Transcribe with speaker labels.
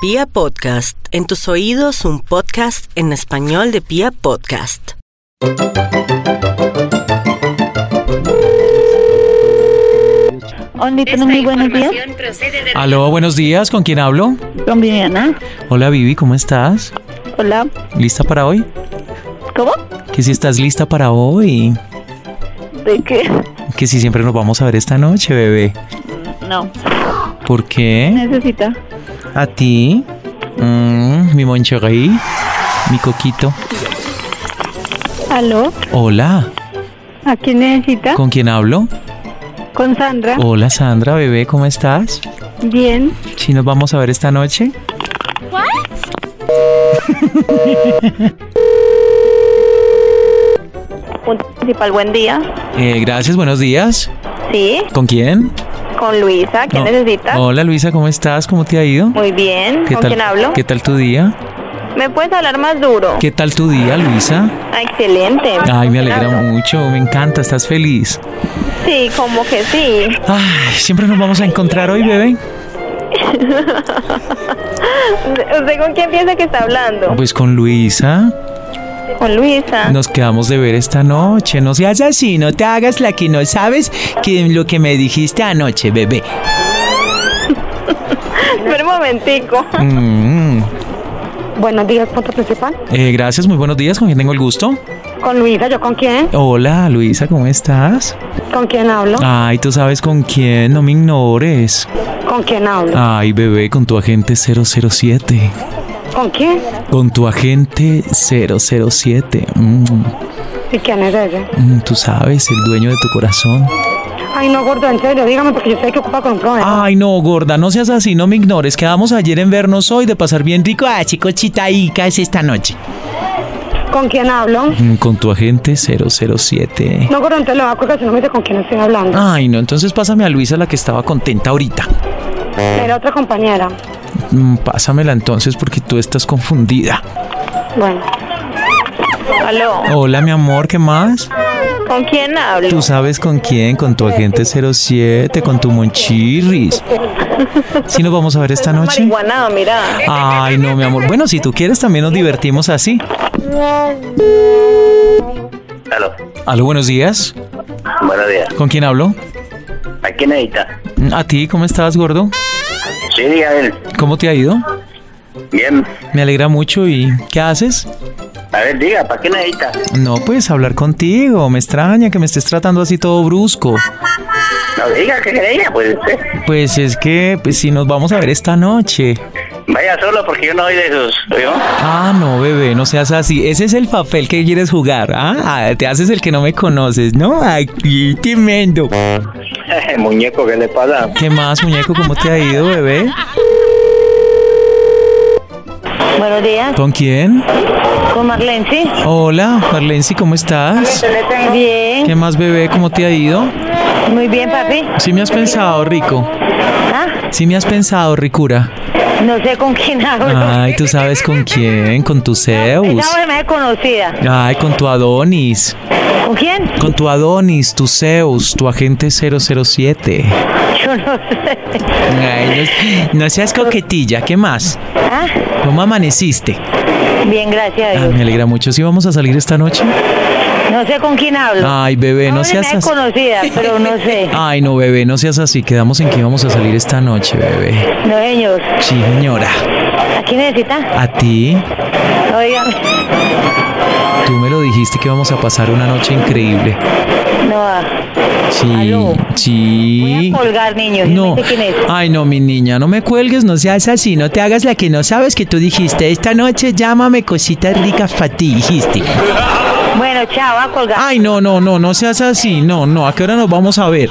Speaker 1: Pia Podcast, en tus oídos un podcast en español de Pia Podcast.
Speaker 2: Only
Speaker 3: Esta
Speaker 2: Tenumi, buenos días.
Speaker 3: información procede de
Speaker 4: Aló, buenos días, ¿con quién hablo?
Speaker 2: Con Viviana.
Speaker 4: Hola Vivi, ¿cómo estás?
Speaker 2: Hola.
Speaker 4: ¿Lista para hoy?
Speaker 2: ¿Cómo?
Speaker 4: Que si estás lista para hoy,
Speaker 2: ¿De qué?
Speaker 4: que si siempre nos vamos a ver esta noche, bebé.
Speaker 2: No.
Speaker 4: ¿Por qué?
Speaker 2: Necesita.
Speaker 4: ¿A ti? Mm, mi moncherry, mi coquito.
Speaker 2: ¿Aló?
Speaker 4: Hola,
Speaker 2: ¿A quién necesita?
Speaker 4: ¿con quién hablo?
Speaker 2: Con Sandra.
Speaker 4: Hola Sandra, bebé, ¿cómo estás?
Speaker 2: Bien.
Speaker 4: ¿Si nos vamos a ver esta noche?
Speaker 2: Punto principal, buen día.
Speaker 4: Eh, gracias, buenos días.
Speaker 2: Sí,
Speaker 4: ¿Con quién?
Speaker 2: con Luisa. ¿Quién
Speaker 4: No.
Speaker 2: necesita?
Speaker 4: Hola Luisa, ¿cómo estás? ¿Cómo te ha ido?
Speaker 2: Muy bien.
Speaker 4: ¿Qué
Speaker 2: ¿Con
Speaker 4: tal-
Speaker 2: quién hablo?
Speaker 4: ¿Qué tal tu día?
Speaker 2: ¿Me puedes hablar más duro?
Speaker 4: ¿Qué tal tu día, Luisa?
Speaker 2: Ah, Excelente.
Speaker 4: Ay,
Speaker 2: ¿Con
Speaker 4: me
Speaker 2: quién
Speaker 4: alegra
Speaker 2: hablo?
Speaker 4: mucho, me encanta, estás feliz.
Speaker 2: Sí, como que sí.
Speaker 4: Ay, siempre nos vamos a encontrar hoy, bebé.
Speaker 2: ¿Usted con quién piensa que está hablando?
Speaker 4: Pues con Luisa
Speaker 2: Con Luisa.
Speaker 4: nos quedamos de ver esta noche. No seas así, no te hagas la que no sabes que lo que me dijiste anoche, bebé.
Speaker 2: Espera un momentico.
Speaker 4: Mm.
Speaker 5: Buenos días, punto principal.
Speaker 4: Eh, gracias, muy buenos días, con quien tengo el gusto.
Speaker 5: Con Luisa, ¿yo con quién?
Speaker 4: Hola, Luisa, ¿cómo estás?
Speaker 5: ¿Con quién hablo?
Speaker 4: Ay, tú sabes con quién, no me ignores.
Speaker 5: ¿Con quién hablo?
Speaker 4: Ay, bebé, con tu agente 007. Ah.
Speaker 5: ¿Con quién?
Speaker 4: Con tu agente 007. Mm.
Speaker 5: ¿Y quién es ese?
Speaker 4: Mm, Tú sabes, el dueño de tu corazón.
Speaker 5: Ay, no, gordo, en serio, dígame porque yo sé que ocupa con un problema.
Speaker 4: Ay, no, gorda, no seas así, no me ignores. Quedamos ayer en vernos hoy de pasar bien rico. Ah, chico, chitaica, es esta noche. Mm,
Speaker 5: ¿Con quién hablo?
Speaker 4: Con tu agente 007.
Speaker 5: No, gordo, entonces le va a colgar si no me dice con quién estoy hablando.
Speaker 4: Ay, no, entonces pásame a Luisa, la que estaba contenta ahorita.
Speaker 5: Era otra compañera.
Speaker 4: Mm, Pásamela entonces porque tú estás confundida.
Speaker 5: Bueno,
Speaker 2: ¿Aló?
Speaker 4: Hola, mi amor, ¿qué más?
Speaker 2: ¿Con quién hablo?
Speaker 4: Tú sabes con quién, con tu agente 07, con tu monchirris. Si nos vamos a ver esta noche.
Speaker 2: Marihuana, mira.
Speaker 4: Ay, no, mi amor. Bueno, si tú quieres, también nos divertimos así.
Speaker 6: Aló,
Speaker 4: Aló, buenos días.
Speaker 6: buenos días.
Speaker 4: ¿Con quién hablo?
Speaker 6: ¿A quién necesita?
Speaker 4: A ti, ¿cómo estás, gordo?
Speaker 6: Sí, a ver,
Speaker 4: ¿Cómo te ha ido?
Speaker 6: bien.
Speaker 4: Me alegra mucho y ¿qué haces?
Speaker 6: A ver, diga, ¿para qué necesita?
Speaker 4: No, pues hablar contigo. Me extraña que me estés tratando así todo brusco.
Speaker 6: No, diga que quería, pues usted.
Speaker 4: Pues es que pues, si nos vamos a ver esta noche.
Speaker 6: Vaya solo porque yo no soy de sus, ¿oyó?
Speaker 4: Ah, no, bebé, no seas así. Ese es el papel que quieres jugar. Ah, Ah, te haces el que no me conoces, ¿no? Aquí, tremendo.
Speaker 6: Muñeco, ¿qué le pasa?
Speaker 4: ¿Qué más, muñeco? ¿Cómo te ha ido, bebé?
Speaker 2: Buenos días.
Speaker 4: ¿Con quién?
Speaker 2: ¿Con Marlene, sí?
Speaker 4: Hola, Marlensi, ¿cómo estás?
Speaker 2: Bien.
Speaker 4: ¿Qué más, bebé? ¿Cómo te ha ido?
Speaker 2: Muy bien, papi.
Speaker 4: Sí me has pensado, rico.
Speaker 2: ¿Ah?
Speaker 4: Sí me has pensado, ricura.
Speaker 2: No sé con quién hablo.
Speaker 4: Ay, tú sabes con quién, con tu Zeus.
Speaker 2: Esa mujer me hace conocida.
Speaker 4: Ay, con tu Adonis.
Speaker 2: ¿Con quién?
Speaker 4: Con tu Adonis, tu Zeus, tu agente 007.
Speaker 2: Yo no sé.
Speaker 4: Ay, no, no seas coquetilla, ¿qué más?
Speaker 2: ¿Ah?
Speaker 4: ¿Cómo amaneciste?
Speaker 2: Bien, gracias a
Speaker 4: Ay,
Speaker 2: Dios.
Speaker 4: me alegra mucho. ¿Sí vamos a salir esta noche?
Speaker 2: No sé con quién hablo.
Speaker 4: Ay, bebé, no
Speaker 2: Hombre, me
Speaker 4: seas
Speaker 2: hace
Speaker 4: así. Ah.
Speaker 2: conocida, pero no sé.
Speaker 4: Ay, no, bebé, no seas así. Quedamos en que íbamos a salir esta noche, bebé.
Speaker 2: No, señor.
Speaker 4: Sí, señora.
Speaker 2: ¿A quién necesita?
Speaker 4: A ti,
Speaker 2: Oigan.
Speaker 4: tú me lo dijiste que íbamos a pasar una noche increíble.
Speaker 2: No, ah,
Speaker 4: Sí,
Speaker 2: Aló. voy
Speaker 4: sí.
Speaker 2: a colgar, niño. Yo
Speaker 4: No.
Speaker 2: No sé quién es.
Speaker 4: Ay, no, mi niña, no me cuelgues, no seas así, no te hagas la que no sabes que tú dijiste. Esta noche llámame cosita rica fati, dijiste.
Speaker 2: Bueno, chao, va a colgar.
Speaker 4: Ay, no, no, no, no seas así, no, no, ¿a qué hora nos vamos a ver?